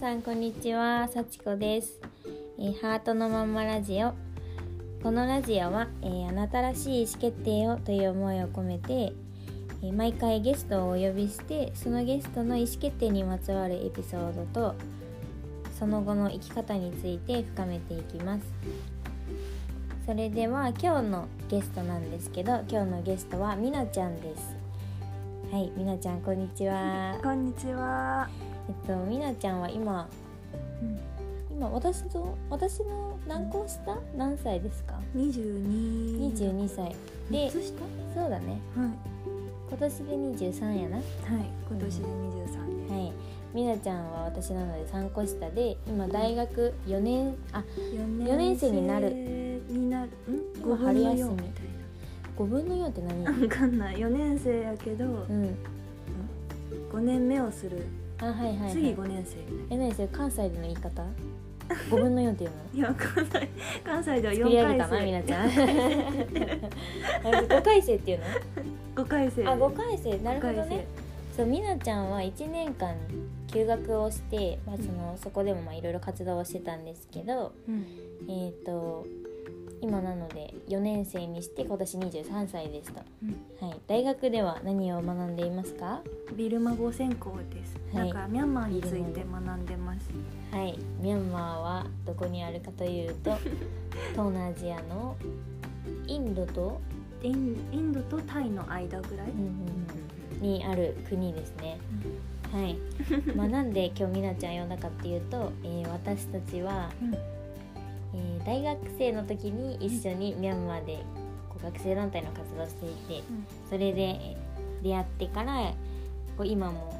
さんこんにちは、さちこです、えーハートのまんまラジオこのラジオは、えーあなたらしい意思決定をという思いを込めて、えー毎回ゲストをお呼びしてそのゲストの意思決定にまつわるエピソードとその後の生き方について深めていきますそれでは今日のゲストなんですけど今日のゲストはみなちゃんですはい、みなちゃんこんにちはこんにちは。えっと、みなちゃんは今今私と私の何個下何歳ですか二十二。 22歳で三つ下。そうだねはい。今年で23やなははい。今年で二十三です。いみなちゃんは私なので3個下で今大学4年あ四年四年生になるになる。ん？今春休み五分の5分の4四みって たい何な。わかんない。四年生やけどう、ん五年目をする。あはいはい、はい、次五年生になる。え何それ関西での言い方5分の4っていうのいや、わかんない。関西では作四り上げたなみな回ち生。ゃん 5回生っていう五回生。のあ5回生なる五ほ回ど生ね。そうみなちゃんは1年間休学をして、まあ、そのそこでもまあいろいろ活動をしてたんですけど、うん。えー、と今なので4年生にして今年23歳ですと、はい、大学では何を学んでいますかビルマ語専攻です。はないんかミャンマーについて学んでます。はいミャンマーはどこにあるかというと 東南アジアのインドと、インインドとタイの間ぐらい。うんうんうんにある国ですね。はい、まあ、なんで今日みなちゃん呼んだかっていうと、えー私たちはうんえー大学生の時に一緒にミャンマーでこう学生団体の活動をしていてそれでえー出会ってからこう今も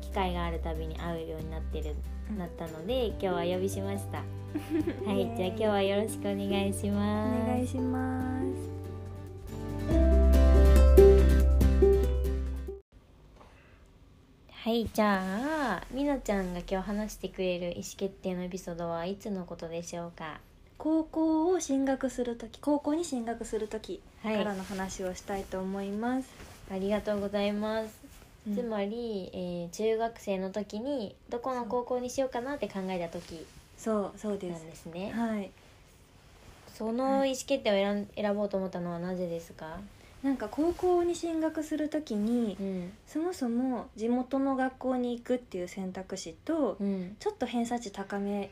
機会があるたびに会うようになってるうんなったので今日は呼びしま したはイエーいイじゃあ今日はよろしくお願いしおます願いします。はいじゃあみなちゃんが今日話してくれる意思決定のエピソードはいつのことでしょうか高校を進学する時高校に進学する時かはいらの話をしたいと思います、ありがとうございますうんつまり、えー中学生の時にどこの高校にしようかなって考えた時そうそうでなすんですねはいその意思決定を選ん選ぼうと思ったのはなぜですか、なんか高校に進学する時にうんそもそも地元の学校に行くっていう選択肢とうんちょっと偏差値高め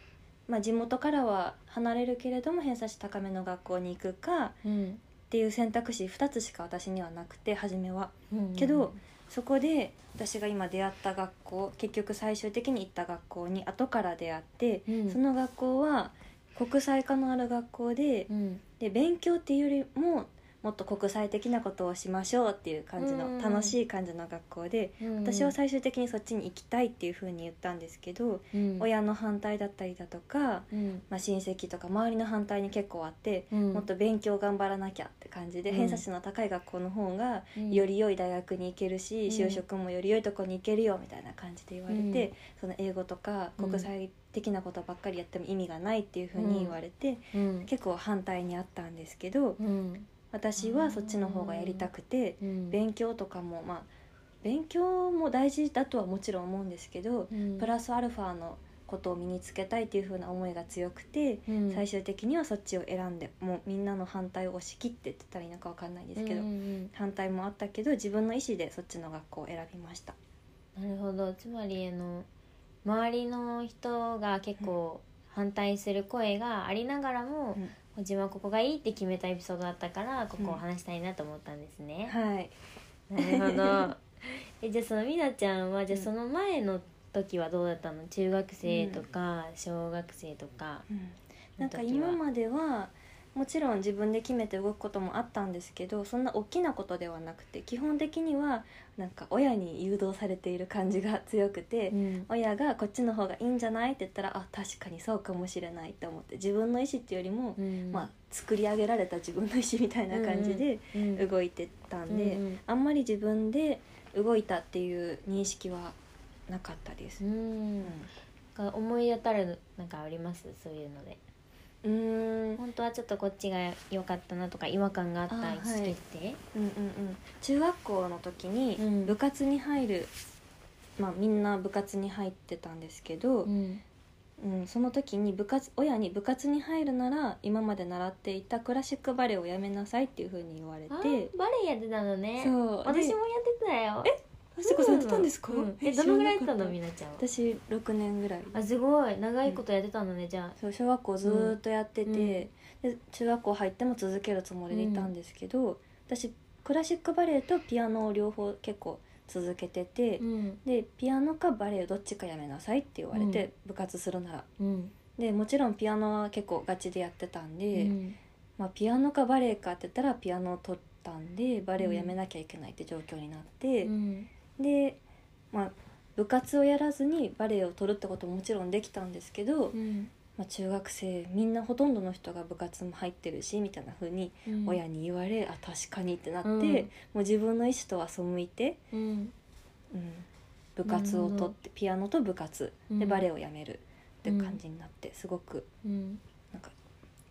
まあ地元からは離れるけれども偏差値高めの学校に行くかっうんていう選択肢2つしか私にはなくて初めはうん、けどそこで私が今出会った学校結局最終的に行った学校に後から出会って、うんその学校は国際科のある学校で,、うん、で勉強っていうよりももっと国際的なことをしましょうっていう感じの、うん楽しい感じの学校で、うん私は、最終的にそっちに行きたいっていうふうに言ったんですけど、うん、、親の反対だったりだとか、うんまあ、親戚とか周りの反対に結構あって。うん、もっと勉強頑張らなきゃって感じで、うん偏差値の高い学校の方がより良い大学に行けるうんし、就職もより良いとこに行けるよみたいな感じで言われて、その英語とかうん国際的なことばっかりやっても意味がないっていうふうに言われて、うん、結構反対にあったんですけどうん私はそっちの方がやりたくて、うん、勉強とかもまあ勉強も大事だとはもちろん思うんですけど、プラス、スアルファのことを身につけたいっていうふうな思いが強くて。うん、最終的にはそっちを選んでもうみんなの反対を押し切ってって言ったらいいのかわかんないですけど、うんうん反対もあったけど自分の意思でそっちの学校を選びましたうん、なるほどつまりあの周りの人が結構反対する声がありながらも、うん自分はここがいいって決めたエピソードだったからここを話したいなと思ったんですね、はいなるほ どえじゃあそのみなちゃんはじゃあうんその前の時はどうだったの中学生とか小学生とか、なんか今まではもちろん自分で決めて動くこともあったんですけどそんな大きなことではなくて基本的にはなんか親に誘導されている感じが強くて、うん親がこっちの方がいいんじゃないって言ったらあ確かにそうかもしれないって思って自分の意思っていうよりも、うんまあ、作り上げられた自分の意思みたいな感じでうん動いてったんで、うんうんあんまり自分で動いたっていう認識はなかったですう。んなんか思い当たるなんかありますそういうのでうん、うん本当はちょっとこっちが良かったなとか違和感があったあ意はい思決定、うんうん中学校の時うんに部活に入るまあ、みんな部活に入ってたんですけど、うんうん、その時に部活親に部活に入るなら今まで習っていたクラシックバレエをやめなさいっていうふうに言われあてバレエやってたのねそう私でもやってたよあすこさんやってたんですか、ううえ知らどなかのぐらいやってたのみなちゃんは私6年ぐらいあすごい長いことやってたのね、じゃそう小学校ずーっとやってうて、んで中学校入っても続けるつもりでいたんですけど、私クラシックバレエとピアノを両方結構続けてて、あうんでピアノかバレエどっちかやめなさいって言われて、部活するならうんでもちろんピアノは結構ガチでやってたんで、うんまあ、ピアノかバレエかって言ったらピアノを取ったんでバレエをやめなきゃいけないって状況になって、うんで、まあ、部活をやらずにバレエを取るってことももちろんできたんですけうど、んまあ、中学生みんなほとんどの人が部活も入ってるしみたいな風にうん親に言われ、あ確かにってなって、うんもう自分の意思とは背いて、うんうん、部活を取ってピアノと部活うでんバレエをやめるって感じになって、すごくうんなんか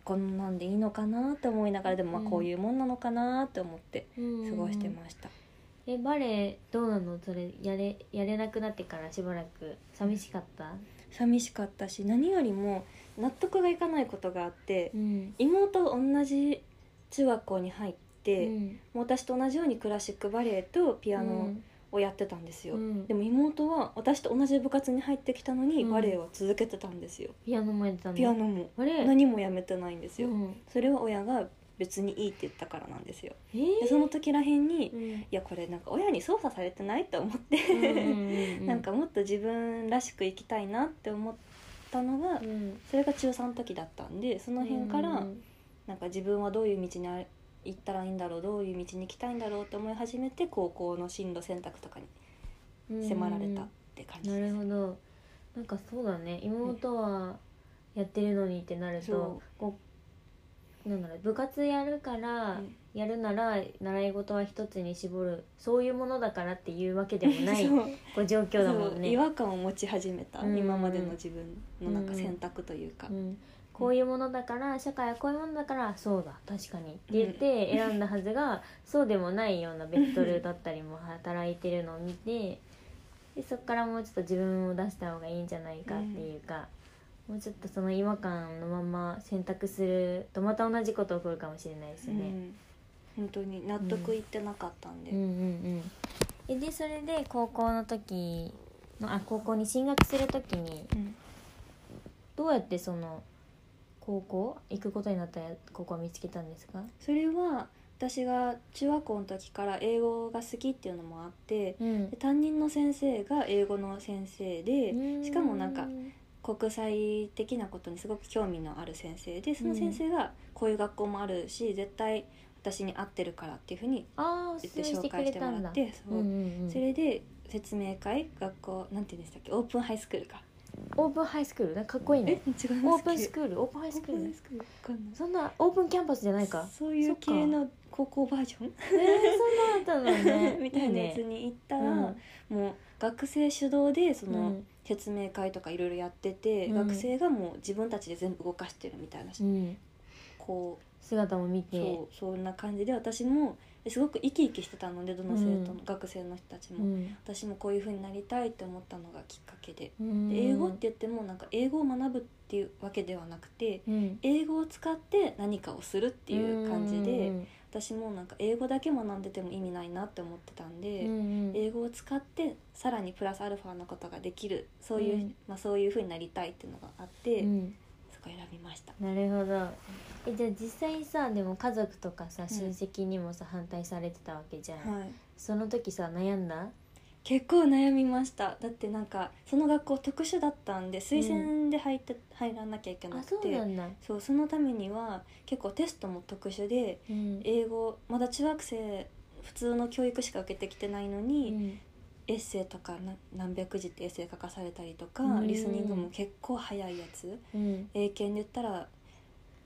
こんなんでいいのかなって思いながらでもうまんあこういうもんなのかなって思って過ごしてすました、えバレエどうなのそれやれやれなくなってからしばらく寂しかった寂しかったし何よりも納得がいかないことがあって、うん妹と同じ中学校に入って、うんもう私と同じようにクラシックバレエとピアノをやってたんですよ、うんでも妹は私と同じ部活に入ってきたのにうんバレエは続けてたんですよ、ピアノもやってたのピアノもあれ何もやめてないんですよ、うんそれは親が別にいいって言ったからなんですよえでその時らへんに、ーうんいやこれなんか親に操作されてないと思っうんうて、う なんかもっと自分らしく生きたいなって思ったのが、うんそれが中3の時だったんでその辺から、うんなんか自分はどういう道にあ行ったらいいんだろうどういう道に行きたいんだろうって思い始めて高校の進路選択とかうんに迫られたって感じなでるす、ほどなんかそうだね妹はやってるのにってなるとそこうなんだろう部活やるから、うんやるなら習い事は一つに絞るそういうものだからっていうわけでもない そうこう状況だもんそうね違和感を持ち始めた、うん今までの自分のなんか選択というか、うん、こういうものだから社会はこういうものだからそうだ確かにって言って選んだはずがそうでもないようなベクトルだったりも働いてるのを見てでそこからもうちょっと自分を出した方がいいんじゃないかっていうか、もうちょっとその違和感のまま選択するとまた同じこと起こるかもしれないですうね。ん本当に納得いってなかったんで、うんうんうんえでそれで高校の時のあ高校に進学する時にうんどうやってその高校行くことになった高校を見つけたんですか、それは私が中学校の時から英語が好きっていうのもあってうんで、担任の先生が英語の先生でしかもなんか国際的なことにすごく興味のある先生でその先生がこういう学校もあるし絶対私に合ってるからっていうふうにああ言って勧めしてく紹介れしてたもんらだってうそんううんうんそれで説明会学校なんて言うんでしたっけオープンハイスクールかオープンハイスクールなんかかっこいいえ違いねますオープンスールクールオープンハイスクールスクールわかんそんなオープンキャンパスじゃなないい かそういう系の高校バージョンえー、そんなのあったのね みたいなやつねに行ったうらんもう学生主導でその、うん説明会とかいろいろやってて、うん学生がもう自分たちで全部動かしてるみたいな、うんこう姿も見てそうそんな感じで私もすごく生き生きしてたのでどの生徒の、学生の人たちも、ん私もこういう風になりたいって思ったのがきっかけで,うんで、英語って言ってもなんか英語を学ぶっていうわけではなくてうん英語を使って何かをするっていう感じで、うん私もなんか英語だけ学んでても意味ないなって思ってたんで、うん英語を使ってさらにプラスアルファのことができるそういう、うんまあ、そういう風になりたいっていうのがあって、うんそこ選びました。なるほどえじゃあ実際さでも家族とかさ親戚にもさ、反対されてたわけじゃん、はいその時さ悩んだ結構悩みましただってなんかその学校特殊だったんで推薦で入って、入らなきゃいけなあくそうてなんだ、そうそのためには結構テストも特殊でうん英語まだ中学生普通の教育しか受けてきてないのうに、んエッセイとかな何百字ってエッセイ書かされたりとか、うんリスニングも結構早いやつうん英検で言ったら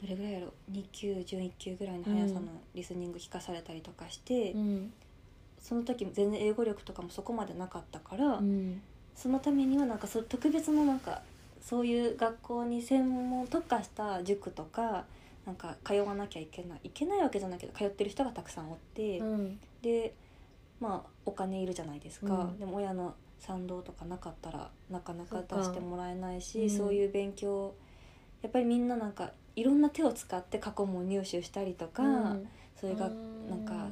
どれぐらいやろ2級11級ぐらいの速さのリスニング聞かされたりとかして、うんその時全然英語力とかもそこまでなかったから。うんそのためにはなんかそう特別のなんかそういう学校に専門特化した塾とかなんか通わなきゃいけないいけないわけじゃないけど通ってる人がたくさんおって、うんでまあお金いるじゃないですか、うんでも親の賛同とかなかったらなかなかそっか出してもらえないしそううんいう勉強やっぱりみんななんかいろんな手を使って過去問入手したりとか、うんそれがあーなんか、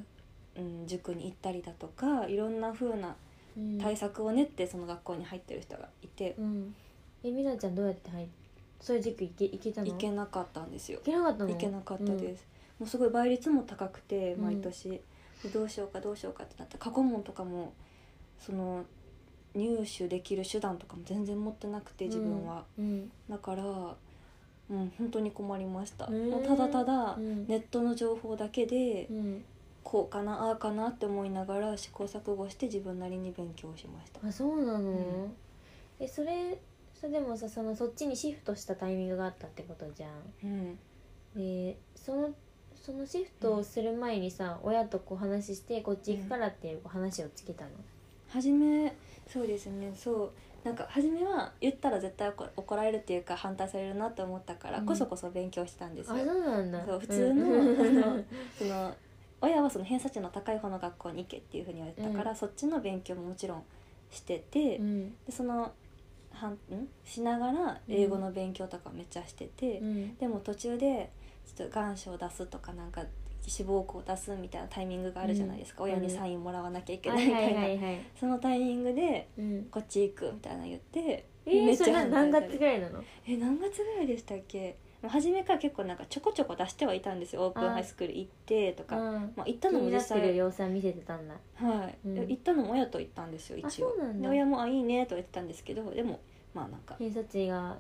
うん、塾に行ったりだとかいろんな風なうん対策を練ってその学校に入ってる人がいて、うんえみなちゃんどうやって入っそういう時期いけいけたの行けなかったんですよい。けなかったの行けなかったです、もうすごい倍率も高くて毎年、でどうしようかどうしようかってなった過去問とかもその入手できる手段とかも全然持ってなくてうん自分は、うんだからうん本当に困りました、へーもうただただうんネットの情報だけで、うんこうかなああかなって思いながら試行錯誤して自分なりに勉強しましたあそうなの、うんえそれそれでもさそのそっちにシフトしたタイミングがあったってことじゃんうんでそのそのシフトをする前にさ、親とこう話してこっち行くからっていうこう話をつけたの、初めそうですねそうなんか初めは言ったら絶対怒怒られるっていうか反対されるなと思ったから、うんこそこそ勉強してたんですあよそうなんだそう普通の,、うん あのその親はその偏差値の高い方の学校に行けっていうふうに言われたから、うそっちの勉強ももちろんしてて、うでんそのはんんしながら英語の勉強とかめっちゃしてて、うんでも途中でちょっと願書を出すとかなんか志望校を出すみたいなタイミングがあるじゃないですか、うん親にサインもらわなきゃいけはないいみはたいいな、はいはい、そのタイミングで うん、こっち行くみたいなの言って、えー、それな反対何され月ぐらいなのえ何月ぐらいでしたっけまあ初めから結構なんかちょこちょこ出してはいたんですよオープンハイスクール行ってとかうんまあ、行っ気たのもにな実ってる際、様子は見せてたんだはいうん行ったのも親と行ったんですよあ一応そうなんだで親も「あいいね」とは言ってたんですけどでもまあなんか、偏差値が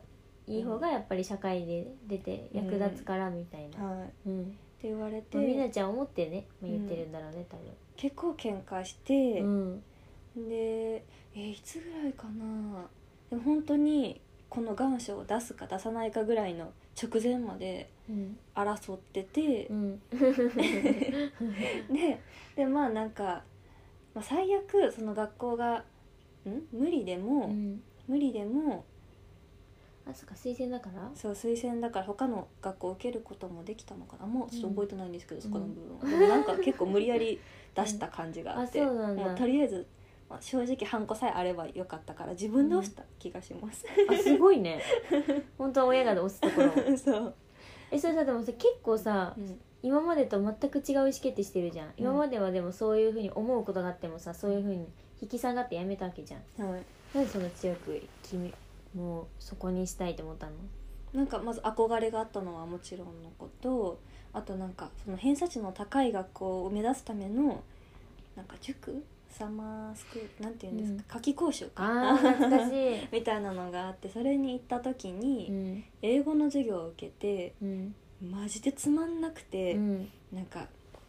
いい方がやっぱり社会で出て役立つからみたいな、はい、っうんて言われまあみなてちゃん思ってね、まあ、言ってるんだろうね、多結構喧嘩して、分、でえーいつぐらいかなでも本当にこの願書を出すか出さないかぐらいの直前までうん争っててう、んででまあなんか、まあ、最悪その学校がん無理でう も、ん、無理でも あそっか推薦だからそう推薦だから他の学校受けることもできたのかなもうちょっと覚えてないんですけど、んそこの部分はでもなんか結構無理やり出した感じがあって、うんあそうなんだもうとりあえず、まあ正直ハンコさえあればよかったから自分で押した気がします、あすごいね 本当は親が押すところ そう、えそれさでもさ結構さ今までと全く違う意思決定してるじゃん、今まではでもそういうふうに思うことがあってもさそういうふうに引き下がってやめたわけじゃんはいなんでそんな強く君もうそこにしたいと思ったのなんかまず憧れがあったのはもちろんのことあとなんかその偏差値の高い学校を目指すためのなんか塾サマースクールなんていうんですか、うん夏季講習あー懐かし い みたいなのがあってそれに行った時に、うん英語の授業を受けてうんマジでつまんなくて、うんなんか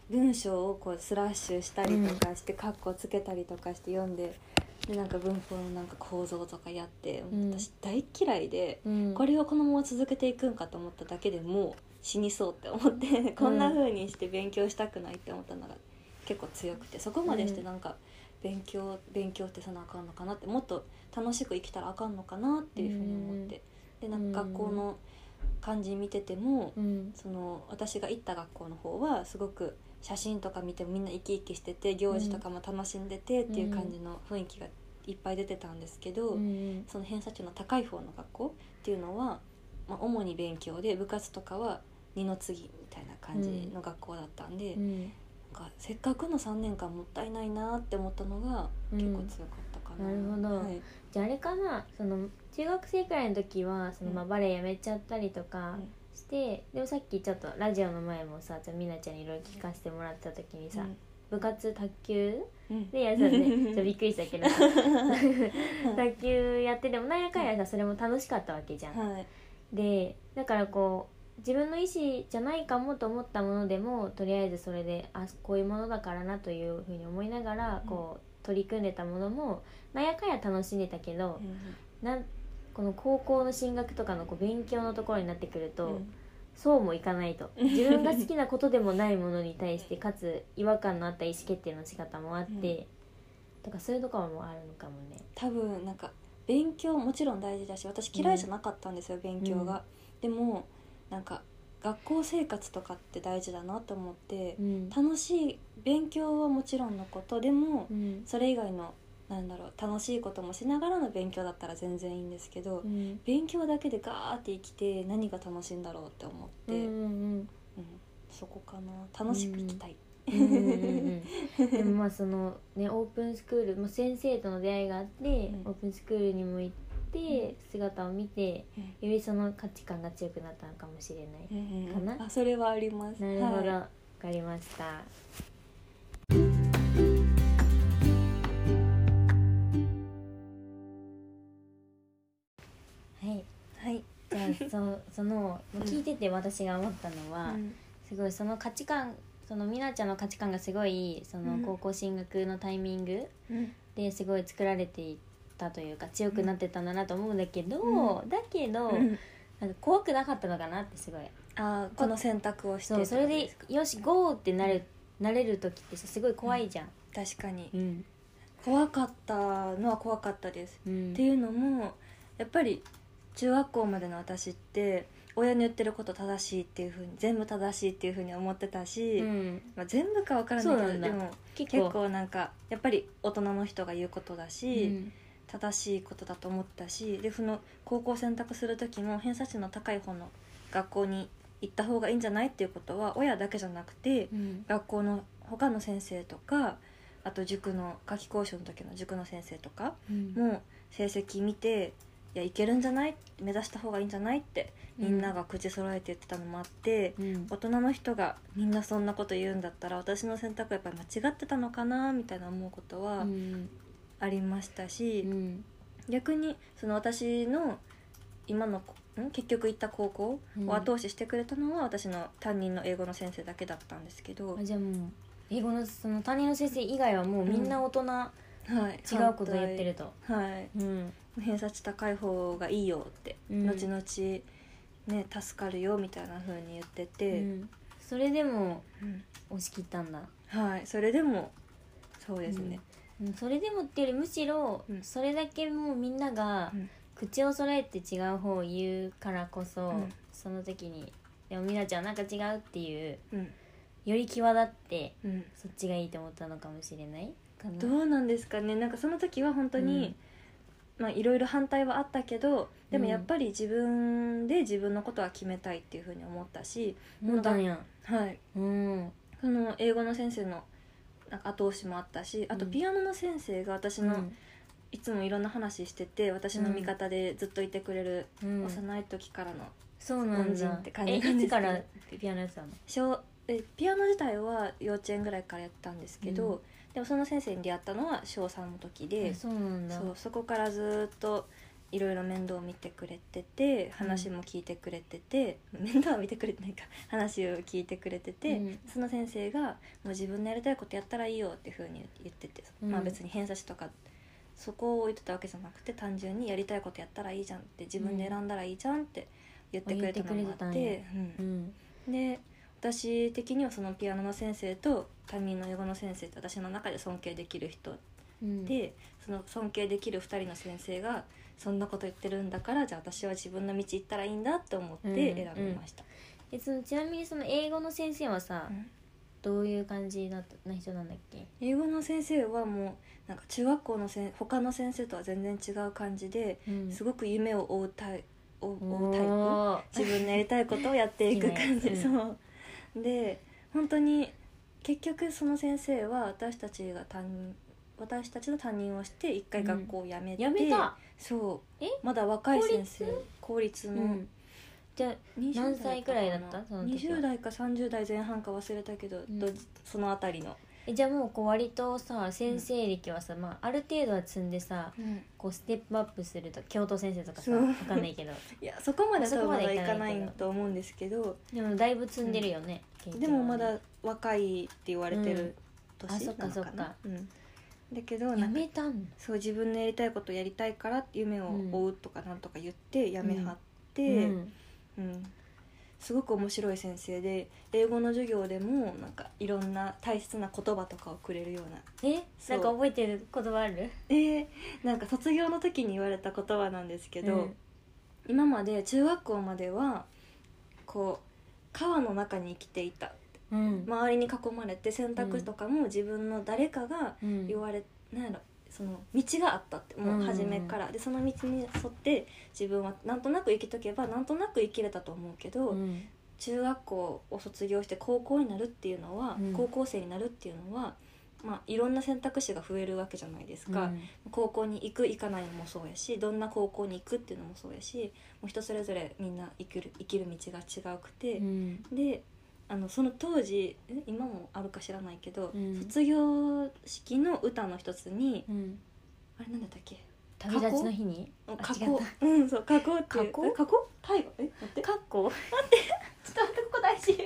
文章をこうスラッシュしたりとかして、カッコつけたりとかして読んででなんか文法のなんか構造とかやって、うん私大嫌いで、うんこれをこのまま続けていくんかと思っただけでもう死にそうって思ってこんな風にして勉強したくないって思ったのが結構強くてそこまでしてなんか勉強勉強ってさなあかんのかなってもっと楽しく生きたらあかんのかなっていう風に思って、でなんか学校の感じ見てても、うんその私が行った学校の方はすごく写真とか見てもみんな生き生きしてて行事とかも楽しんでてっていう感じの雰囲気がいっぱい出てたんですけど。うんその偏差値の高い方の学校っていうのは、まあ、主に勉強で部活とかは二の次みたいな感じの学校だったんで、うんなんかせっかくの3年間もったいないなって思ったのがうん結構強かったかな、うんなるほどはいじゃああれかなその中学生くらいの時はそのまあうバレエやめちゃったりとかうんして、でもさっきちょっとラジオの前もさちょっとみなちゃんにいろいろ聞かせてもらった時にさ、部活卓球うんでやる ねちょ っとびっくりしたけど卓球やってでもなんやかんやさそれも楽しかったわけじゃん。はいでだからこう自分の意思じゃないかもと思ったものでもとりあえずそれであこういうものだからなというふうに思いながらうんこう取り組んでたものもなんやかんや楽しんでたけど、なんこの高校の進学とかのこう勉強のところになってくると、うんそうもいかないと自分が好きなことでもないものに対してかつ違和感のあった意思決定の仕方もあって、とかそういうところもあるのかもね。多分なんか勉強もちろん大事だし私嫌いじゃなかったんですよ、勉強が、でもなんか学校生活とかって大事だなと思ってう、ん楽しい勉強はもちろんのことでも、うんそれ以外のなんだろう楽しいこともしながらの勉強だったら全然いいんですけど、うん勉強だけでガーって生きて何が楽しいんだろうって思って、うんうんうんそこかな楽しく生きたうい、んうんうんうんでもまあそのねオープンスクール、まあ、先生との出会いがあって、んオープンスクールにも行って姿を見てよりその価値観が強くなったのかもしれない。うんうんかなあそれはありますなるほど、はわいかりました。はい、はいじゃあ そその聞いてて私が思ったのは、うんすごいその価値観そのミナちゃんの価値観がすごいそうのん高校進学のタイミングうんですごい作られていったというか強くなってたんだなと思うんだけど、うだけど、うんなんか怖くなかったのかなってすごいあーこの選択をしてそうそれってでことよしゴーってなる、なれる時ってさすごい怖いじゃん。ですか確かにうん怖かったのは怖かったです、うんっていうのもやっぱり中学校までの私って親の言ってること正しいっていうふうに全部正しいっていうふうに思ってたし、うんまあ、全部かわからないけそうなどんだでも結構結構なんかやっぱり大人の人が言うことだうし、ん正しいことだと思ったしでその高校選択する時も偏差値の高い方の学校に行った方がいいんじゃないっていうことは親だけじゃなくてうん学校の他の先生とかあと塾の夏季講習の時の塾の先生とかうんも成績見ていやいけるんじゃない目指した方がいいんじゃないってみんなが口揃えて言ってたのもあって、うん大人の人がみんなそんなこと言うんだったら私の選択はやっぱり間違ってたのかなみたいな思うことはうんありましたし、うん逆にその私の今のん結局行った高校うんを後押ししてくれたのは私の担任の英語の先生だけだったんですけど、あじゃあもう英語のその担任の先生以外はもうみんな大人、はい、違うこと言ってると。反対はいうん偏差値高い方がいいよって、うん後々ね助かるよみたいな風に言ってて、うんそれでもうん押し切ったんだ。はいそれでもそうですね、うんそれでもっていうよりむしろうんそれだけもうみんながうん口を揃えて違う方を言うからこそ、うんその時に「でもみなちゃんなんか違う」っていううんより際立ってうん、そっちがいいと思ったのかもしれないかな。どうなんですかねなんかその時は本当に、まあいろいろ反対はあったけどでもやっぱり自分で自分のことは決めたいっていうふうに思ったし、思ったんや。はい、うんその英語の先生のなんか後押しもあったしあとうんピアノの先生が私の、うんいつもいろんな話してて私の味方でずっといてくれる、うん幼い時からのそうなん恩人だって感じえなんですけどいつからピアノやってたの小えピアノ自体は幼稚園ぐらいからやってたんですけど、うんでもその先生に出会ったのは小3の時で。あそうなんだそうそこからずっといろいろ面倒を見てくれてて話も聞いてくれてて、面倒は見てくれてないか 話を聞いてくれてて、うんその先生が「もう自分のやりたいことやったらいいよ」っていうふうに言ってて、うんまあ別に偏差値とかそこを言ってたわけじゃなくて単純に「やりたいことやったらいいじゃん」って自分で選んだらいいじゃんって言ってくれたのもああ言っっててくれてうんうんで私的にはそのピアノの先生と担任の英語の先生って私の中で尊敬できる人うんでその尊敬できる2人の先生がそんなこと言ってるんだからじゃあ私は自分の道行ったらいいんだって思って選びました、えそのちなみにその英語の先生はさ、うんどういう感じだったな人なんだっけ英語の先生はもうなんか中学校のせん他の先生とは全然違う感じで、すごいごく夢を追うタイ追う追うタイプ自分のやりたいことをやっていく感じ、 好きねうそうで本当に結局その先生は私たちが担任私たちの担任をして一回学校を辞めて、やめたそうえまだ若い先生公立うの、んじゃあ20何歳くらいだった代かそなの時は20代か30代前半か忘れたけど、んどそのあたりの、えじゃあもうこう割とさ先生歴はさ、まあ、ある程度は積んでさこうステップアップすると教頭先生とかさそうわかんないけ どいやそこまでは多分まそこまだでいいかかなないけどいと思うんですけどでもだいぶ積んでるよね、経で験はもねまだ若いって言われてるあ年そなのっかかそな、っかうんだけどなやんかめたんだそう自分のやりたいことやりたいからって夢を追うとかなんとか言ってやめはって、うんうんすごく面白い先生で英語の授業でもなんかいろんな大切な言葉とかをくれるようなえそなうんか覚えてる言葉あるでなんか卒業の時に言われた言葉なんですけど、うん今まで中学校まではこう川の中に生きていたうん周りに囲まれて選択とかも自分の誰かがうん言われ、なんやろその道があったってもう初めから、でその道に沿って自分はなんとなく生きとけばなんとなく生きれたと思うけど、うん中学校を卒業して高校になるっていうのは、うん高校生になるっていうのは、まあ、いろんな選択肢が増えるわけじゃないですか、うん高校に行く行かないのもそうやしどんな高校に行くっていうのもそうやしもう人それぞれみんな生きる生きる道が違うくて、うんであのその当時え今もあるか知らないけど、うん卒業式の歌の一つに、うんあれなんだったっけ旅立ちの日にあ加違っ工うんそう加工ってい加う工え加工介護え待ってたかっ こ待ってちょっと待ってここ大事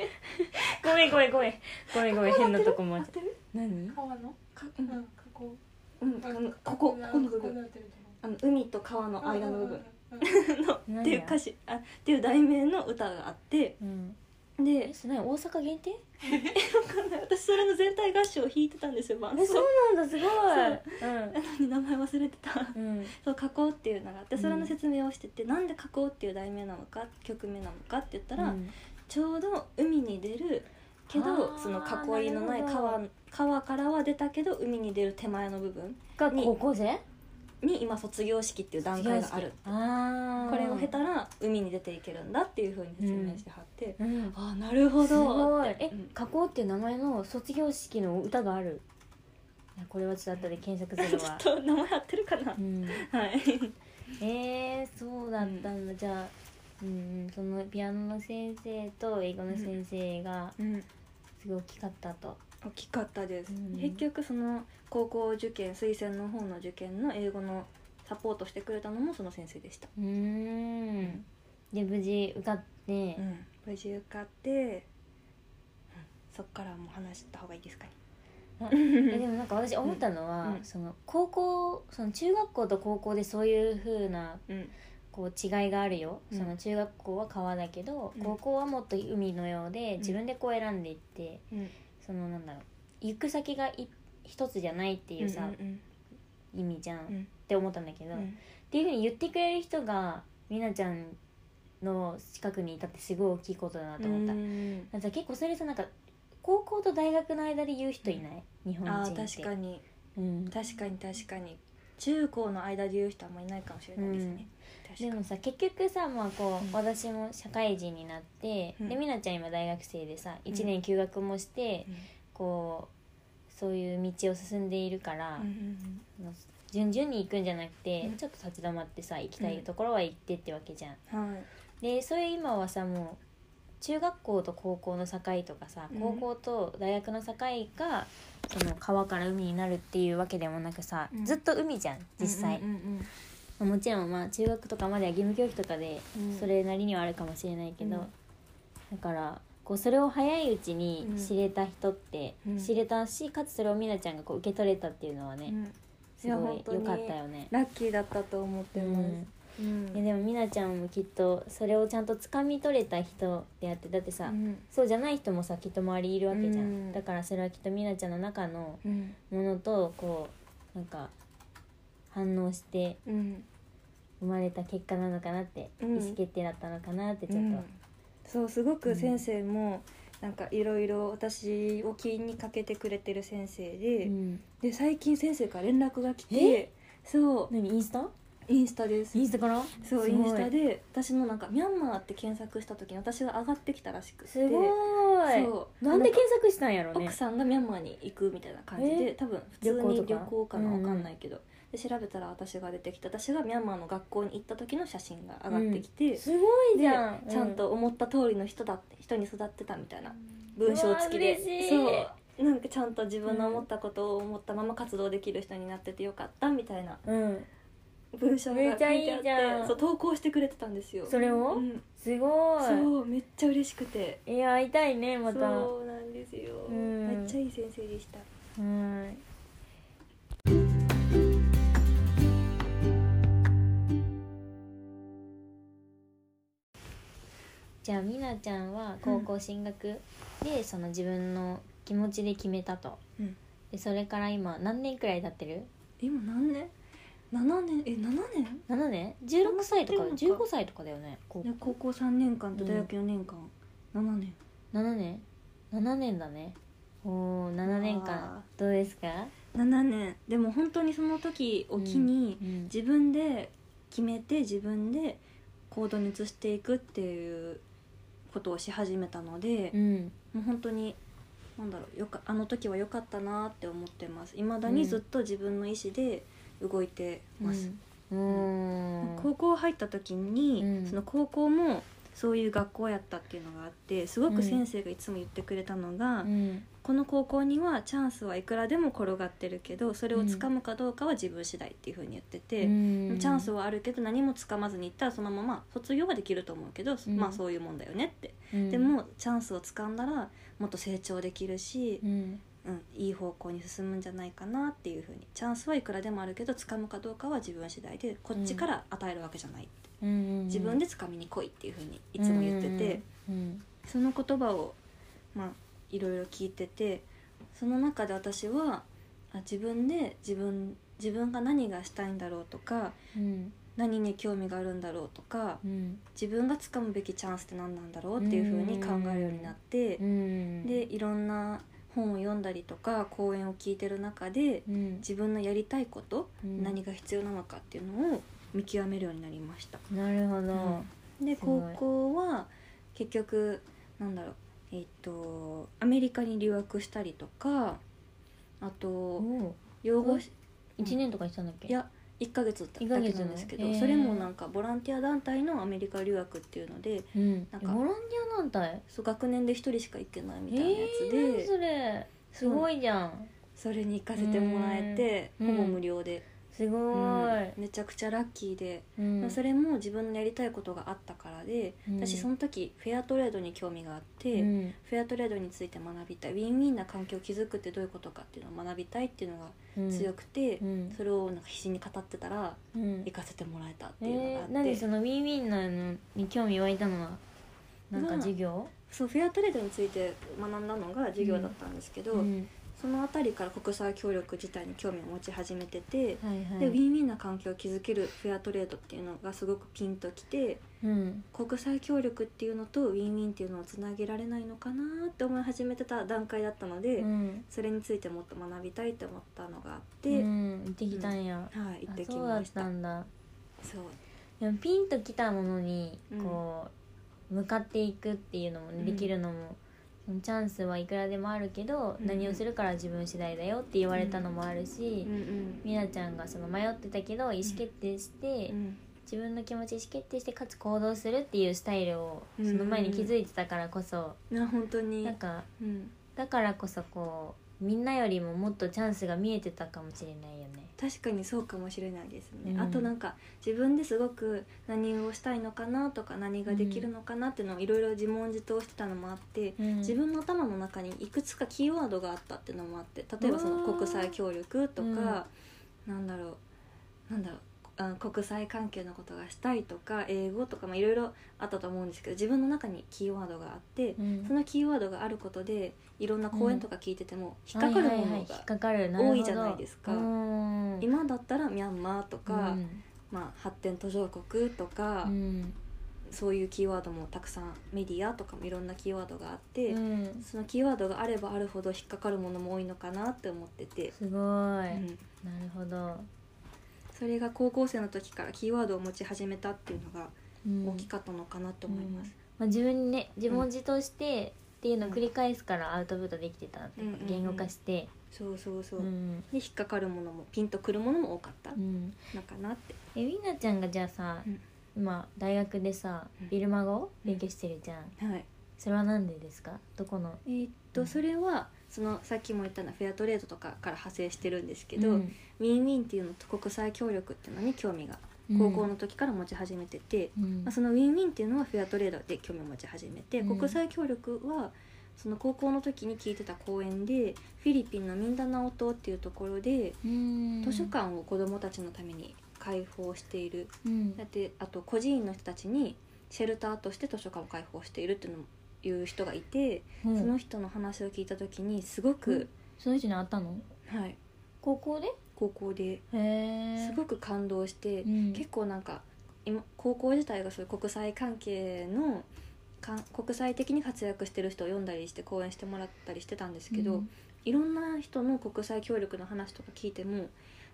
ごめんごめんごめんごめんごめん変なとこも合ってる何川のかううんん加工うん、あのここここの部分なってると思うあの海と川の間の部分うんうんうんのうんっていう歌詞あっていう題名の歌があってうんでえそれ何大阪限定私それの全体合唱を弾いてたんですよ伴奏うなんだすごなのに名前忘れてた うんうんそう加工っていうのがあってうんそれの説明をしてて、なんで加工っていう題名なのか曲名なのかって言ったら、うんちょうど海に出るけどあーその囲いのないなるほ川川からは出たけど海に出る手前の部分がに高校生に今卒業式っていう段階があるあーこれを経たら海に出ていけるんだっていうふうに説明してはって、うんあーなるほどすごいってえうん加工っていう名前の卒業式の歌があるいやこれは ちょっと後で検索するわ ちょっと名前合ってるかな、うん はいえー、そうだったんだ、じゃあうんうんそのピアノの先生と英語の先生がすごい大きかったと、大きかったです、うん結局その高校受験推薦の方の受験の英語のサポートしてくれたのもその先生でした、うーんで無事受かって、うん無事受かって、うんそっからもう話した方がいいですかね えでもなんか私思ったのは、うんうんその高校その中学校と高校でそういう風なうんこう違いがあるよ、うんその中学校は川だけど、うん高校はもっと海のようで自分でこう選んでいって、うんそのなんだろう行く先がい一つじゃないっていうさ、うん意味じゃん、うんって思ったんだけど、うっんていう風に言ってくれる人がみなちゃんの近くにいたってすごい大きいことだなと思った、うんじゃあ結構それさなんか高校と大学の間で言う人いない、日本人あってー確かにうん、確かに確かに中高の間で言う人はあんまりいないかもしれないですね、確かでにもさ結局さ、まあこううん私も社会人になって、うんで美奈ちゃん今大学生でさうん1年休学もして、うんこうそういう道を進んでいるから、うんその順々に行くんじゃなくて、うんちょっと立ち止まってさ行きたいところは行ってってわけじゃん。うんうんはいでそういう今はさもう中学校と高校の境とかさうん高校と大学の境が、その川から海になるっていうわけでもなくさ、うんずっと海じゃん実際。うんうんまあもちろんまあ中学とかまでは義務教育とかでうんそれなりにはあるかもしれないけど、うんだからこうそれを早いうちに知れた人ってうん知れたし、かつそれを美奈ちゃんがこう受け取れたっていうのはね、うんうんすごい本当に良かったよね。ラッキーだったと思ってます、うんいやでも美奈ちゃんもきっとそれをちゃんと掴み取れた人であってだってさ、うんそうじゃない人もさきっと周りいるわけじゃん、うんだからそれはきっと美奈ちゃんの中のうんものとこうなんか反応してうん生まれた結果なのかなって、うん意思決定だったのかなってちょうっんと、そうすごく先生もなんかいろいろ私を気にかけてくれてる先生で、うんで最近先生から連絡が来えてそう何インスタインスタですインスタからそうすイごいンスタで私のなんか「ミャンマー」って検索した時に私が上がってきたらしくてすごいそうなんで検索したんやろうね奥さんがミャンマーに行くみたいな感じえで多分普通旅行にと旅か行かなうんうわんかんないけど、で調べたら私が出てきた私がミャンマーの学校に行った時の写真が上がってきて、すごいでじゃんちゃんと思った通りの人だって人に育ってたみたいな文章付きうわでー嬉しいそうなんかちゃんと自分の思ったことを思ったまま活動できる人になっててよかったみたいなうん、うん文章がめっちゃいい書てあってじゃんそう投稿してくれてたんですよそれを、うん、すごいそうめっちゃ嬉しくていや会いたいねまたそうなんですよ、うんめっちゃいい先生でしたはいじゃあ美奈ちゃんは高校進学で、その自分の気持ちで決めたと、うんでそれから今何年くらい経ってる今何年7年え七7年 ?7 年 ?16 歳とかなってるのか15歳とかだよね高いや高校3年間と大うん学4年間7年7年7年だねおお7年わあ間どうですか7年でも本当にその時を機にうんうん自分で決めて自分で行動に移していくっていうことをし始めたので、うんもう本当になんだろうよかあの時は良かったなって思ってますいまだにずっと自分の意思で動いてます、うんおー高校入った時に、うんその高校もそういう学校やったっていうのがあってすごうくん先生がいつも言ってくれたのが、うんこの高校にはチャンスはいくらでも転がってるけどそれをつかむかどうかは自分次第っていうふうに言ってて、うんチャンスはあるけど何もつかまずにいったらそのまま卒業はできると思うけど、そうんまあそういうもんだよねって、うんでもチャンスをつかんだらもっと成長できるしう、んうんいい方向に進むんじゃないかなっていうふうにチャンスはいくらでもあるけどつかむかどうかは自分次第でこっちから与えるわけじゃない、うんうん自分でつかみに来いっていうふうにいつも言ってて。うんその言葉をまあいろいろ聞いててその中で私はあ自分で自分自分が何がしたいんだろうとかうん何に興味があるんだろうとかうん自分が掴むべきチャンスって何なんだろうっていうふうに考えるようになってうんうんでいろんな本を読んだりとか講演を聞いてる中でうん自分のやりたいことうん何が必要なのかっていうのを見極めるようになりました。なるほうどんですご高い校は結局なんだろうえっ、とアメリカに留学したりとかあとおー養護し一年とかしたんだっけいや1ヶ月だった一ヶだけ月なんですけど、ねへーそれもなんかボランティア団体のアメリカ留学っていうのでうんなんかボランティア団体そう学年で1人しか行けないみえたいなやつーで何、それすごいじゃんそれに行かせてもらえて、うんほぼ無料で、すごうんーいめちゃくちゃラッキーで、うんそれも自分のやりたいことがあったからで、うん私その時フェアトレードに興味があって、うんフェアトレードについて学びたいウィンウィンな環境を築くってどういうことかっていうのを学びたいっていうのがうん強くて、うんそれをなんか必死に語ってたらうん行かせてもらえたっていうのがあえって、ー、何そのウィンウィンなのに興味湧いたのはなんかまあ授業、そうフェアトレードについて学んだのが授業だったんですけど、うんその辺りから国際協力自体に興味を持ち始めてて、はいはい、でウィンウィンな環境を築けるフェアトレードっていうのがすごくピンときてうん国際協力っていうのとウィンウィンっていうのをつなげられないのかなって思い始めてた段階だったので。うん、それについてもっと学びたいと思ったのがあって、うん、行ってきたんや、はい、行あってきそうだまっした。たんだそうでもピンときたものにうんこう、向かっていくっていうのもね、うんできるのもそのチャンスはいくらでもあるけど、うん何をするから自分次第だよって言われたのもあるし、うんうん。みなちゃんがその迷ってたけど意思決定して、うん自分の気持ち意思決定してかつ行動するっていうスタイルをその前に気づいてたからこそ、な本当に。なんかうん。だからこそこうみんなよりももっとチャンスが見えてたかもしれないよね。確かにそうかもしれないですね、うんあとなんか自分ですごく何をしたいのかなとか何ができるのかなっていうのをいろいろ自問自答してたのもあって、うん自分の頭の中にいくつかキーワードがあったっていうのもあって例えばその国際協力とか、なんだろうなんだろうあ国際関係のことがしたいとか英語とかまあいろいろあったと思うんですけど自分の中にキーワードがあって、うんそのキーワードがあることでいろんな講演とか聞いてても引っかかはいはいるはいもの引がっかかる多いじゃないですかうん今だったらミャンマーとか、うんまあ、発展途上国とか、うんそういうキーワードもたくさんメディアとかもいろんなキーワードがあって、うんそのキーワードがあればあるほど引っかかるものも多いのかなって思ってて、すごい、なうるんほど、それが高校生の時からキーワードを持ち始めたっていうのがうん大きかったのかなと思います。まあ、自分にね自問自答してっていうのを繰り返すからアウトプットできてたっていうかうんうんうん言語化して、そうそうそうう、んで引っかかるものもピンとくるものも多かったうん、のかなって。えみなちゃんがじゃあさ、うん今大学でさうんビルマ語をうん勉強してるじゃん、はいそれはなんでですかどこのえーっうとんそれはそのさっきも言ったのはフェアトレードとかから派生してるんですけど、うんウィンウィンっていうのと国際協力っていうのに興味がうん高校の時から持ち始めてて、うんまあ、そのウィンウィンっていうのはフェアトレードで興味を持ち始めて、うん国際協力はその高校の時に聞いてた講演でフィリピンのミンダナオ島っていうところでうん図書館を子どもたちのために開放している、うんだってあと孤児院の人たちにシェルターとして図書館を開放しているっていうのもいう人がいて、うんその人の話を聞いた時にすごく、その人に会ったのはい、高校で高校でへえすごく感動して、うん結構なんか今高校自体がそういう国際関係のか国際的に活躍してる人を読んだりして講演してもらったりしてたんですけど、うんいろんな人の国際協力の話とか聞いても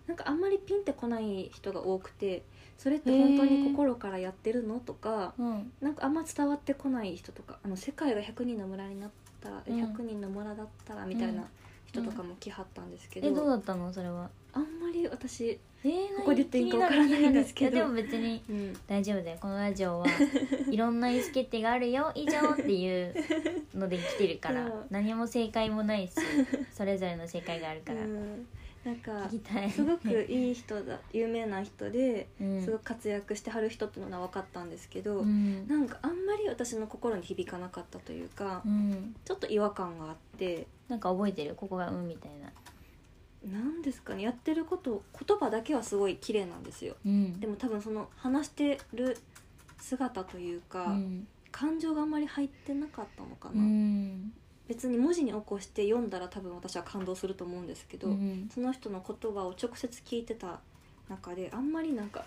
なんかあんまりピンってこない人が多くてそれって本当に心からやってるのとかうんなんかあんま伝わってこない人とかあの世界が100人の村になったら、うん100人の村だったらみたいな人とかも来はったんですけど,、えどうだったのそれはあんまり私、えーここで言っていいかわからないんですけど気になる気になるいやでも別にうん、大丈夫だよこのラジオ はいろんな意思決定があるよ以上っていうので来てるから そう何も正解もないしそれぞれの正解があるから、うんなんか聞きたいすごくいい人だ有名な人でうんすごく活躍してはる人っていうのは分かったんですけど、うんなんかあんまり私の心に響かなかったというか、うんちょっと違和感があってなんか覚えてるここが「うん」みたいな、なんですかねやってること言葉だけはすごい綺麗なんですようん、でも、も多分その話してる姿というか、うん感情があんまり入ってなかったのかうな、ん別に文字に起こして読んだら多分私は感動すると思うんですけど、うんその人の言葉を直接聞いてた中であんまりなんか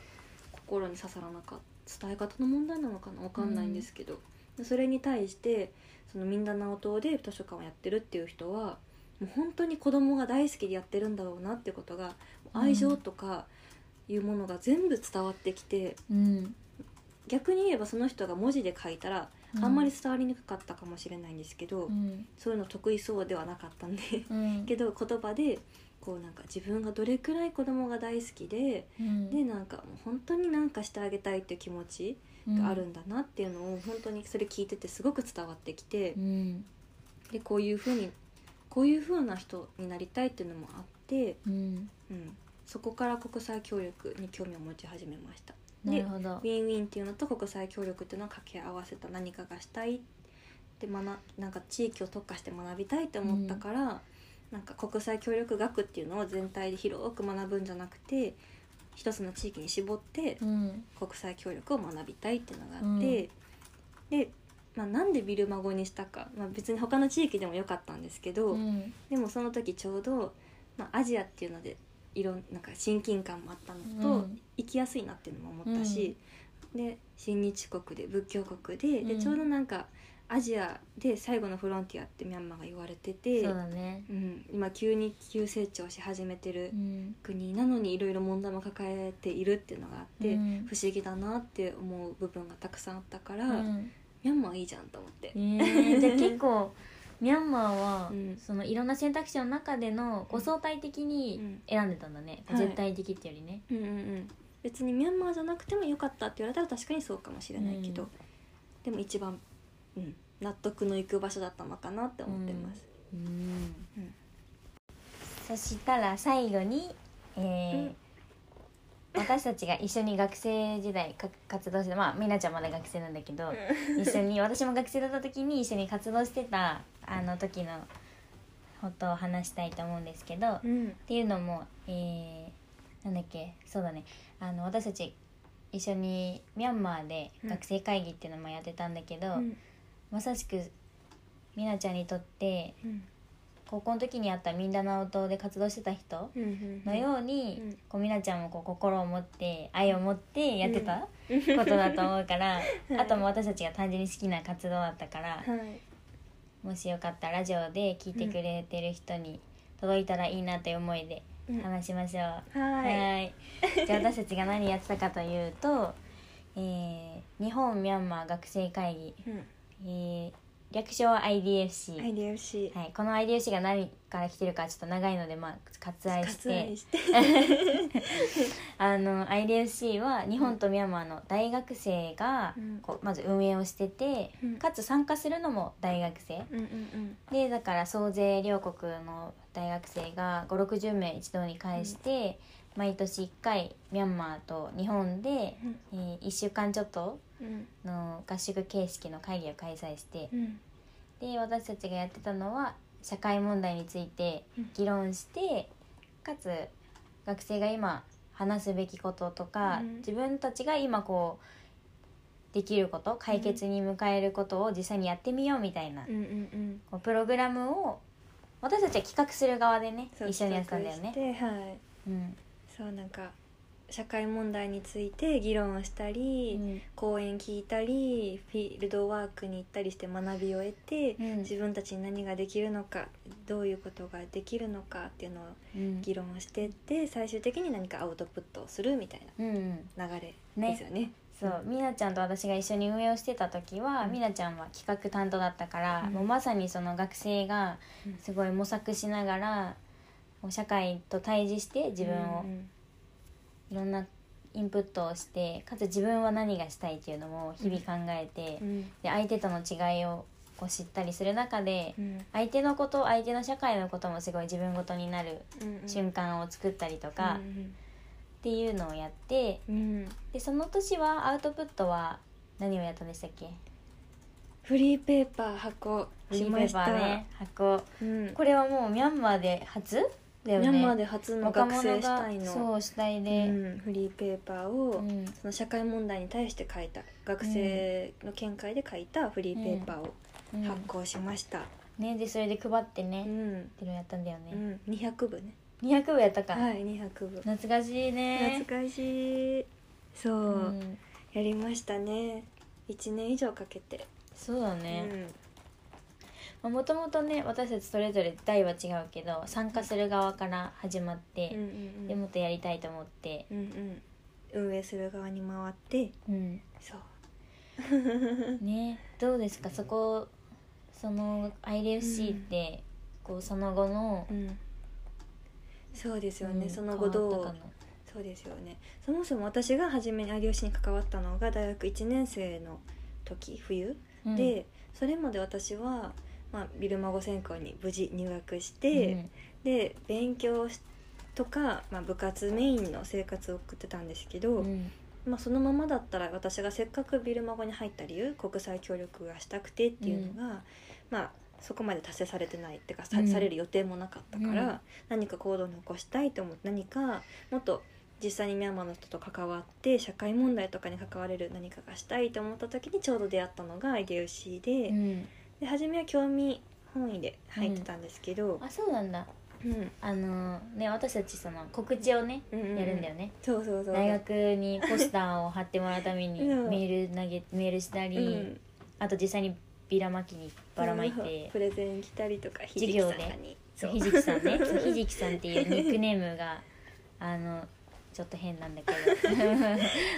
心に刺さらなかった伝え方の問題なのかなわかんないんですけど、でそれに対してそのミンダナオ島で図書館をやってるっていう人はもう本当に子供が大好きでやってるんだろうなってことがうん愛情とかいうものが全部伝わってきて、うん逆に言えばその人が文字で書いたらうんあんまり伝わりにくかったかもしれないんですけど、うんそういうの得意そうではなかったんでうんけど言葉でこうなんか自分がどれくらい子供が大好きで、うんでなんかもう本当になんかしてあげたいっていう気持ちがあるんだなっていうのを本当にそれ聞いててすごく伝わってきてう、んでこういうふうにこういうふうな人になりたいっていうのもあって、うんうん、そこから国際協力に興味を持ち始めました。なでるほどウィンウィンっていうのと国際協力っていうのを掛け合わせた何かがしたいって学なんか地域を特化して学びたいって思ったから、なんか国際協力学っていうのを全体で広く学ぶんじゃなくて一つの地域に絞ってうん国際協力を学びたいっていうのがあって、で、まあ、なんでビルマ語にしたか、まあ、別に他の地域でもよかったんですけど、うんでもその時ちょうど、まあ、アジアっていうのでいろんなんか親近感もあったのと、うん行きやすいなっていうのも思ったし、で親日国で仏教国で,、うでんちょうどなんかアジアで最後のフロンティアってミャンマーが言われててそうだねうん、今急に急成長し始めてるうん国なのにいろいろ問題も抱えているっていうのがあって、うん不思議だなって思う部分がたくさんあったから、うんミャンマーいいじゃんと思って。えー、じゃあ結 構ミャンマーは、うんそのいろんな選択肢の中でのこう相対的うにん選んでたんだね、はい絶対的ってよりね、うんうんうん、別にミャンマーじゃなくてもよかったって言われたら確かにそうかもしれないけど、うんでも一番、うん、納得のいく場所だったのかなって思ってます。うんうんそしたら最後に、えーうん私たちが一緒に学生時代か活動してまあみなちゃんまだ学生なんだけど、一緒に私も学生だった時に一緒に活動してたあの時のことを話したいと思うんですけど、っうんていうのも、えーなんだっけそうだねあの私たち一緒にミャンマーで学生会議っていうのもやってたんだけど、うんまさしくみなちゃんにとってうん高校の時にあったミンダナオ島で活動してた人うんうんのように、うんこうみなちゃんもこう心を持って愛を持ってやってたうん ことだと思うから、いあともう私たちが単純に好きな活動だったから、はいもしよかったらラジオで聞いてくれてる人に届いたらいいなという思いでうん話しましょう。はいはいじゃあ私たちが何やってたかというと、えー日本ミャンマー学生会議、うんえー略称は IDFC、 IDFC はい、この IDFC が何から来てるかちょっと長いので、まあ、割愛して割愛してあの IDFC は日本とミャンマーの大学生がうんこうまず運営をしてて、うんかつ参加するのも大学生、うんうんでだから総勢両国の大学生が560名一堂に会して、毎年1回ミャンマーと日本で、うんえ1週間ちょっとうんの合宿形式の会議を開催してう、んで私たちがやってたのは社会問題についてうん議論して、かつ学生が今話すべきこととか、うん自分たちが今こうできること解決に向かえることを実際にやってみようみたいな、うんうんうんこうプログラムを私たちは企画する側でねそう一緒にやってたんだよね。企画してはいうんそうなんか社会問題について議論をしたり、うん講演聞いたりフィールドワークに行ったりして学びを得て、うん自分たちに何ができるのかどういうことができるのかっていうのをうん議論をしてって最終的に何かアウトプットをするみたいうんうんな流れですよね。そうみなちゃんと私が一緒に運営をしてた時は、うんみなちゃんは企画担当だったから、うんもうまさにその学生がうんすごい模索しながらもう社会と対峙して自分をうんいろんなインプットをしてかつ自分は何がしたいっていうのも日々考えて、うんで相手との違いをこう知ったりする中で、うん相手のこと相手の社会のこともすごい自分ごとになるうん瞬間を作ったりとか、っうんていうのをやってうんでその年はアウトプットは何をやったんでしたっけフリーペーパー箱フリしーまペーしパーたね。箱うんこれはもうミャンマーで初だよミねャンマーで初の若学者生主が体のそう主体うで、んフリーペーパーうを、んその社会問題に対して書いた学生の見解で書いたフリーペーパーをうん発行しました、ねでそれで配ってね、っうんていうのやったんだようね、ん、200部ね200部やったか、はい200部懐かしいね懐かしいそう、うんやりましたね1年以上かけてそうだね、まあもともとね私たちそれぞれ代は違うけど参加する側から始まっうんうんて、うんでもっとやりたいと思って、うんうん運営する側に回ってうんそうねどうですかそこその ILFC って、こうその後の、うんそうですようね、んその後ど変わっうたかなそうですよねそもそも私が初めに有吉に関わったのが大学1年生の時冬、うんでそれまで私は、まあ、ビルマ語専攻に無事入学しうんて、で勉強しとか、まあ、部活メインの生活を送ってたんですけど、うんまあ、そのままだったら私がせっかくビルマ語に入った理由国際協力がしたくてっていうのが、まあそこまで達成されてないっていうかさ,、うんされる予定もなかったから、うん何か行動に起こしたいと思って何かもっと実際にミャンマーの人と関わって社会問題とかに関われる何かがしたいと思った時にちょうど出会ったのがイデウシで,、うんで初めは興味本位で入ってたんですけど、あそうなんだうんうんあのね私たちその告知をね、うんやるんだよねそうそうそう大学にポスターを貼ってもらうためにうんメール投げメールしたり、うんあと実際にビラまきにばらまいてプレゼン来たりとか授ひじきさ業んでにそうそうひじきさ んねそうひじきさんっていうニックネームがあのちょっと変なんだけど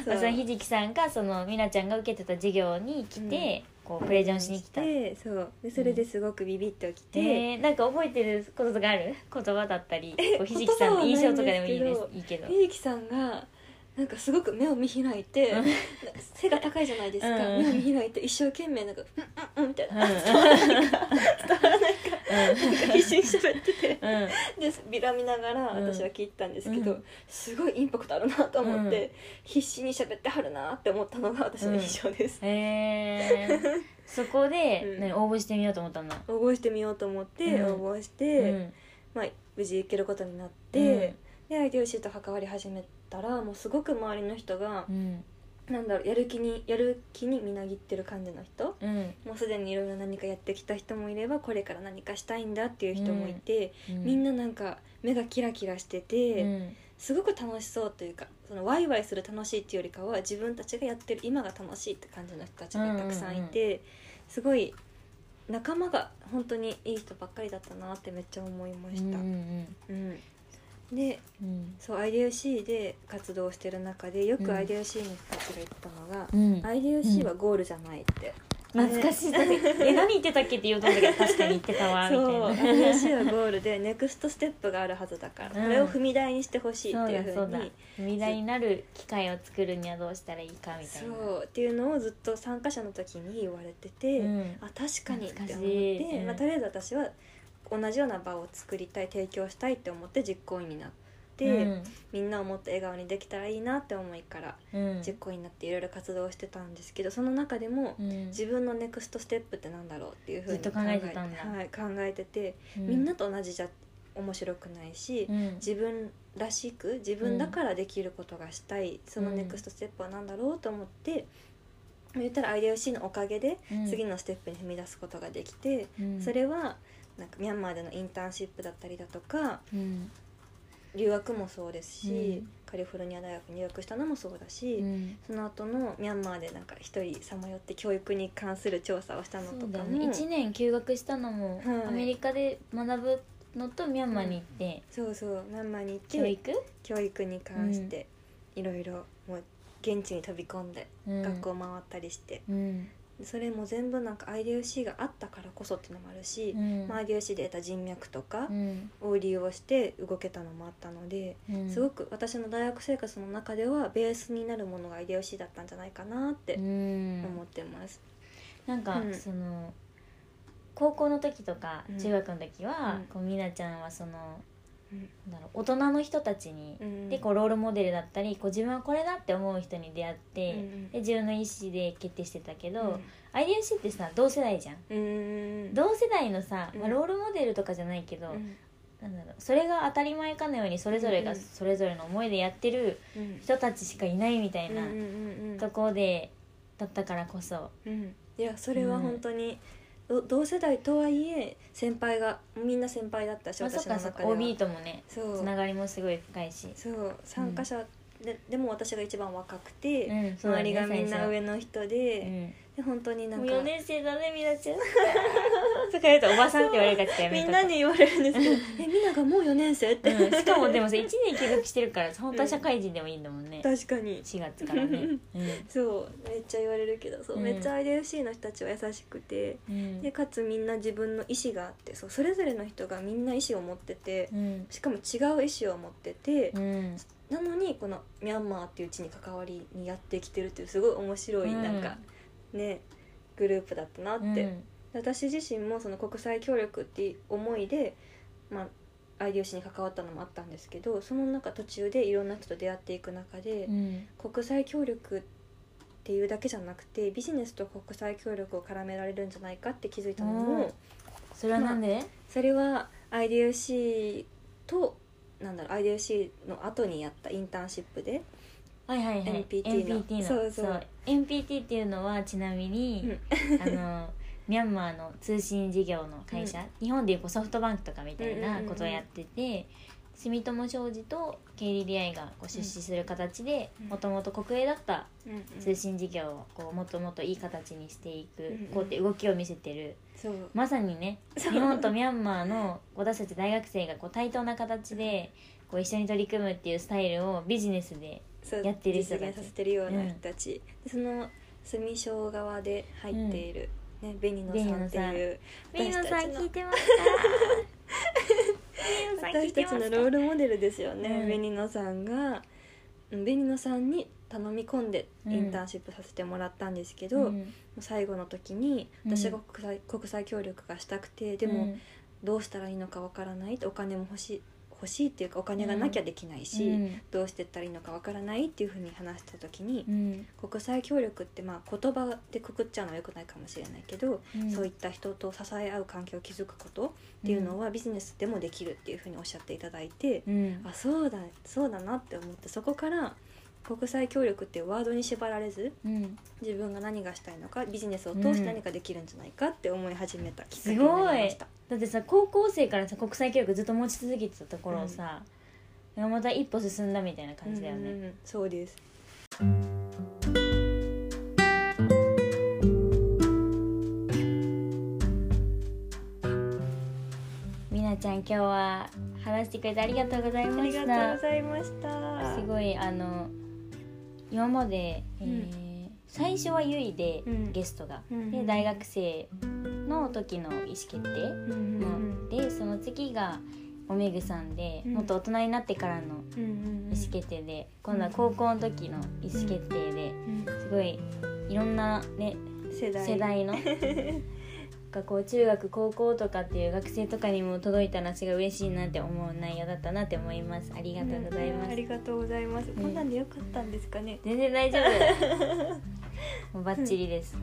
そうそのひじきさんがそのみなちゃんが受けてた授業に来て、こうプレゼンしに来た。してそうでそれですごくビビって起きで、て、なんか覚えてることとかある言葉だったりこうひじき言さん葉のはないん印象ですけどとかでもいいですいいけどひじきさんがなんかすごく目を見開いてうん背が高いじゃないですか、うん目を見開いて一生懸命なんか「うんうんうん」みたいな、うん伝わらないか伝わらないかなんか必死に喋っててうんでビラ見ながらうん私は聞いてたんですけど、うんすごいインパクトあるなと思って、う必死に喋ってはるなって思ったのが私の印象です、へえそこで、 うんね応募してみようと思ったの。応募してみようと思ってうん応募しうて、んまあ、無事行けることになって、で有吉と関わり始めたらもうすごく周りの人がう、んなんだろうやる気にやる気にみなぎってる感じの人うんもうすでにいろいろ何かやってきた人もいればこれから何かしたいんだっていう人もいて、うん、みんななんか目がキラキラしてて、うんすごく楽しそうというかそのワイワイする楽しいっていうよりかは自分たちがやってる今が楽しいって感じの人たちがたくさんいて、すごい仲間が本当にいい人ばっかりだったなってめっちゃ思いました。うんうんうんでうんそう IDOC で活動してる中でよくうん IDOC の人たちが言ってたのが、うん、 IDOC はゴールじゃないって、懐かしい、 え何言ってたっけって言うと思ったけど確かに言ってたわみたいそうな IDOC はゴールでネクストステップがあるはずだから、うんこれを踏み台にしてほしいそっうていだうふそううだに未来になる機会を作るにはどうしたらいいかみたそいうなっていうのをずっと参加者の時に言われてて、うんあ確かにって思懐ってかしいうんまあ、とりあえず私は同じような場を作りたい提供したいって思って実行委員になって、うんみんなをもっと笑顔にできたらいいなって思いからうん実行委員になっていろいろ活動をしてたんですけどその中でも、うん自分のネクストステップってなんだろうっていうふうにずっと考えてたんだはい、考えてて、うみんなと同じじゃ面白くないし、うん自分らしく自分だからできることがしたい、そのネクストステップは何だろうと思って、言ったら IDOC のおかげでうん次のステップに踏み出すことができて、うんそれはなんかミャンマーでのインターンシップだったりだとかうん留学もそうですし、カリフォルニア大学に留学したのもそうだし、うんその後のミャンマーでなんか一人さまよって教育に関する調査をしたのそとうだかよもね1年休学したのも、はいアメリカで学ぶのとミャンマーに行って、そうそうミャンマーに行って教育、教育に関していろいろもう現地に飛び込んでうん、学校回ったりして、うん、それも全部なんか IDOC があったからこそっていうのもあるし、うんまあ、IDOC で得た人脈とかうんを利用して動けたのもあったので、うん、すごく私の大学生活の中ではベースになるものが IDOC だったんじゃないかなってうん思ってます。なんか、うんその高校の時とかうん中学の時は、うんこうみなちゃんはそのうんなんだろう大人の人たちに、うんでこうロールモデルだったりこう自分はこれだって思う人に出会って、うんで自分の意思で決定してたけど、うん IDFC ってさ同世代じゃん。うん同世代のさ、まあ、うんロールモデルとかじゃないけど、うんなんだろうそれが当たり前かのようにそれぞれうがんうんそれぞれの思いでやってるうん人たちしかいないみたいうんうなんうんうんとこでだったからこそ、うん、いやそれは本当に、ど同世代とはいえ先輩がみんな先輩だったしまあ、そっ私のか中そっでかは OB ともねそうつながりもすごい深いしそう参加者で,、でも私が一番若くうて、んそうだ周ねりがみんな最上の人初で,、うんで本当になもんうか4年生だねみな ちゃんとか言うとおばさんって言われるからみんなに言われるんですけど「えみんながもう4年生?」って、うん、しかもでもさ1年休学してるからさ本当は社会人でもいいんだもんね、確かに4月からね、そうめっちゃ言われるけどそう、うんめっちゃ IDFC の人たちは優しくてうんうんでかつみんな自分の意思があってそうそれぞれの人がみんな意思を持ってて、うんしかも違う意思を持ってて、うんなのにこのミャンマーっていう地に関わりにやってきてるっていうすごい面白いうんなんか、ねグループだったなって、うん私自身もその国際協力っていう思いで、まあ、IDOC に関わったのもあったんですけどその中途中でいろんな人と出会っていく中で、うん国際協力っていうだけじゃなくてビジネスと国際協力を絡められるんじゃないかって気づいたのも、うんそれはなんで、それは IDOC となんだろう IDOC の後にやったインターンシップで、はいはいはい NPT の NPT のそうそう NPT っていうのはちなみに、あのミャンマーの通信事業の会社、日本でいうこうソフトバンクとかみたいなことをやってて、住友商事と KDDI がこう出資する形でうんもともと国営だったうんうん通信事業をこうもっともっといい形にしていく、うんこうって動きを見せてるそうまさにねそう日本とミャンマーの私たち大学生がこう対等な形でこう一緒に取り組むっていうスタイルをビジネスでそうやってる人実たち現させてるような人たち、でその住商側で入っている、ね、紅野さんっていうみ私のたさんちの聞いてますかみのさん聞い私てたまちすかのロールモデルですよね、うん紅野さんがうん紅野さんに頼み込んでうんインターンシップさせてもらったんですけど、うもんう最後の時にうん私が国際,、国際協力がしたくてでも、うんどうしたらいいのかわからないってお金も欲しい欲しいっていうかお金がなきゃできないし、うんどうしてったらいいのかわからないっていうふうに話した時にう、ん国際協力ってまあ言葉でくくっちゃうのはよくないかもしれないけど、うんそういった人と支え合う環境を築くことっていうのはビジネスでもできるっていうふうにおっしゃっていただいて、うんあそうだそうだなって思ってそこから国際協力ってワードに縛られずうん自分が何がしたいのかビジネスを通して何かできるんじゃないかって思い始めたきっかけになりました。だってさ高校生からさ国際教育ずっと持ち続けてたところをさ、また一歩進んだみたいな感じだよね、うんうんうんそうですみなちゃん今日は話してくれてありがとうございまありしがたとうございました。すごいあの今まで、えー最初はゆいで、うんゲストが、うんで大学生の時の意思決定、うんうんうんでその次がおめぐさんで、うんもっと大人になってからのうんうんうん意思決定で、今度は高校の時の意思決定でうんすごいいろんな、ね、世代世代 のがこう中学高校とかっていう学生とかにも届いた話が嬉しいなって思う内容だったなって思いますありがとうございまうんす、ありがとうございます。んこんなんでよかったんですかね。全然大丈夫 もうバッチリです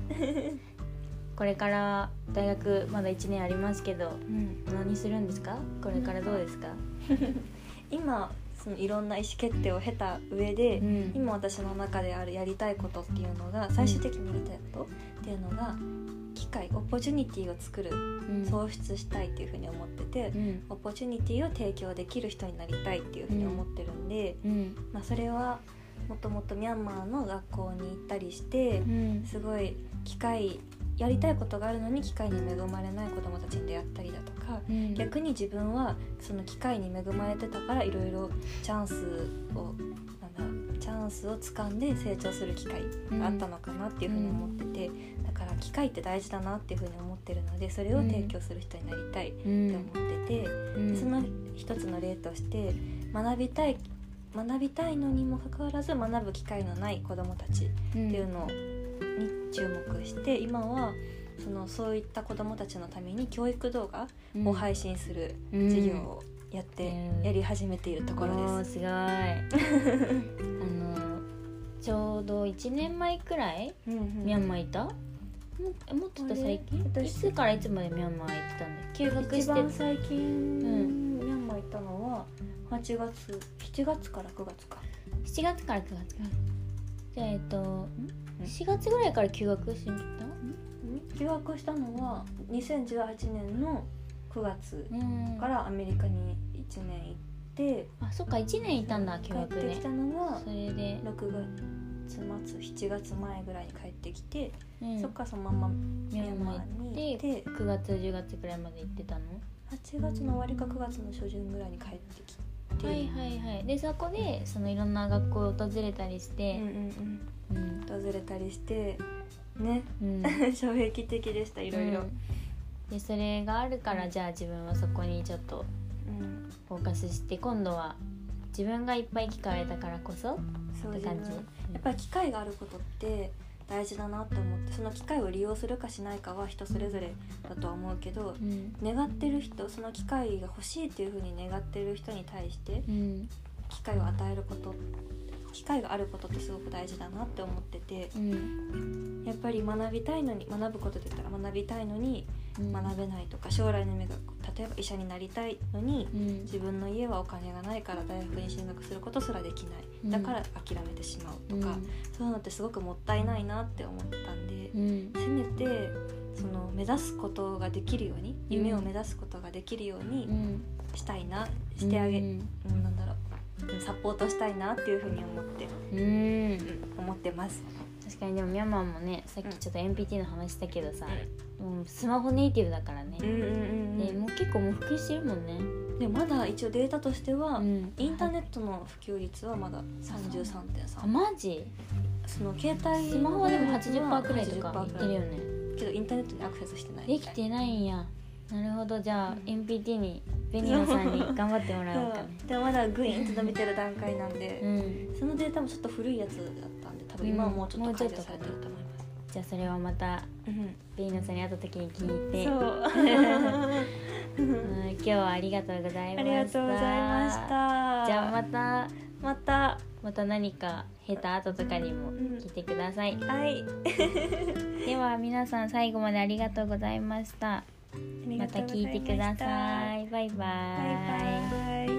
これから大学まだ1年ありますけど何するんですかこれからどうですか、今そのいろんな意思決定を経た上で、うん今私の中であるやりたいことっていうのが最終的にやりたいことっていうのが機会オポチュニティを作るうん創出したいっていうふうに思っててう、んオポチュニティを提供できる人になりたいっていうふうに思ってるんで、うんまあ、それはもともとミャンマーの学校に行ったりしてうんすごい機会やりたいことがあるのに機会に恵まれない子どもたちとやったりだとかうん逆に自分はその機会に恵まれてたからいろいろチャンスをなんだチャンスを掴んで成長する機会があったのかなっていうふうに思ってて、だから機会って大事だなっていうふうに思ってるのでそれを提供する人になりたいってうん思ってて、うんその一つの例として学びたい学びたいのにもかかわらず学ぶ機会のない子どもたちうんっていうのに注目して今はそのそういった子どもたちのために教育動画を配信するうん授業をやってうんやり始めているところです。す。すごい。あのちょうど1年前くらいミミャンマーーいた？ももうちょっと最近？あれい私つからいつまでミャンマー行ってたんだっけ？休学一して番最近、んミャンマー行ったのは8月7月から9月か。 7月から9月かうん。じゃあえっとん4月ぐらいから休学してみた？留学したのは2018年の9月うんか。らアメリカに1年行ってあそっか1年いたんだ休学帰ってきねた。のはそれで、 6月末7月前ぐらいに帰ってきて、うんそっからそのまんまミャンマーに行って9月10月くらいまで行ってたの？ 8月の終わりか9月の初旬ぐらいに帰ってきて、はいはいはい。でそこでそのいろんな学校を訪れたりしうんて、うんうんうん、訪れたりしてね うん。衝撃的でしたいろいろ、うんでそれがあるからじゃあ自分はそこにちょっとうんフォーカスして今度は自分がいっぱい機会を得たからこそっそうて自感じ分やっぱり機会があることって大事だなって思ってその機会を利用するかしないかは人それぞれだとは思うけどうん願ってる人その機会が欲しいっていうふうに願ってる人に対してうん機会を与えること機会があることってすごく大事だなって思っててうんやっぱり学びたいのに学ぶことって言ったら学びたいのにうん学べないとか将来の夢が例えば医者になりたいのにうん自分の家はお金がないから大学に進学することすらできうんないだから諦めてしまうとか、そういうのってすごくもったいないなって思ったんで、うんせめてその目指すことができるように夢を目指すことができるよううにんしたいな、してあげ、ううんんなんだろううんサポートしたいなっていうふうに思って、うんうん、思ってます。確かにでもミャンマーもねさっきちょっと NPT の話したけどさもうスマホネイティブだからねうんうんうんでもう結構もう普及してるもんねでまだ一応データとしては、うんインターネットの普及率はまだ33.3あマジその携帯スマホはでも80%くくらいとかいってるよねけどインターネットにアクセスしてないできてないんやなるほどじゃあ、うん NPT にベニオさんに頑張ってもらおうかねそうでもまだグイーンと伸びてる段階なんでう、んそのデータもちょっと古いやつだったんで多分今はもうちょっと解除されてると思います、じゃあそれはまたベニオさんに会った時に聞いて、 そううん今日はありがとうございましたありがとうございましたじゃあまたまたまた何か下手後とかにもん聞いてください、はいでは皆さん最後までありがとうございましたありまがたとうござ聞いてくださいいバイバイましたバイバイ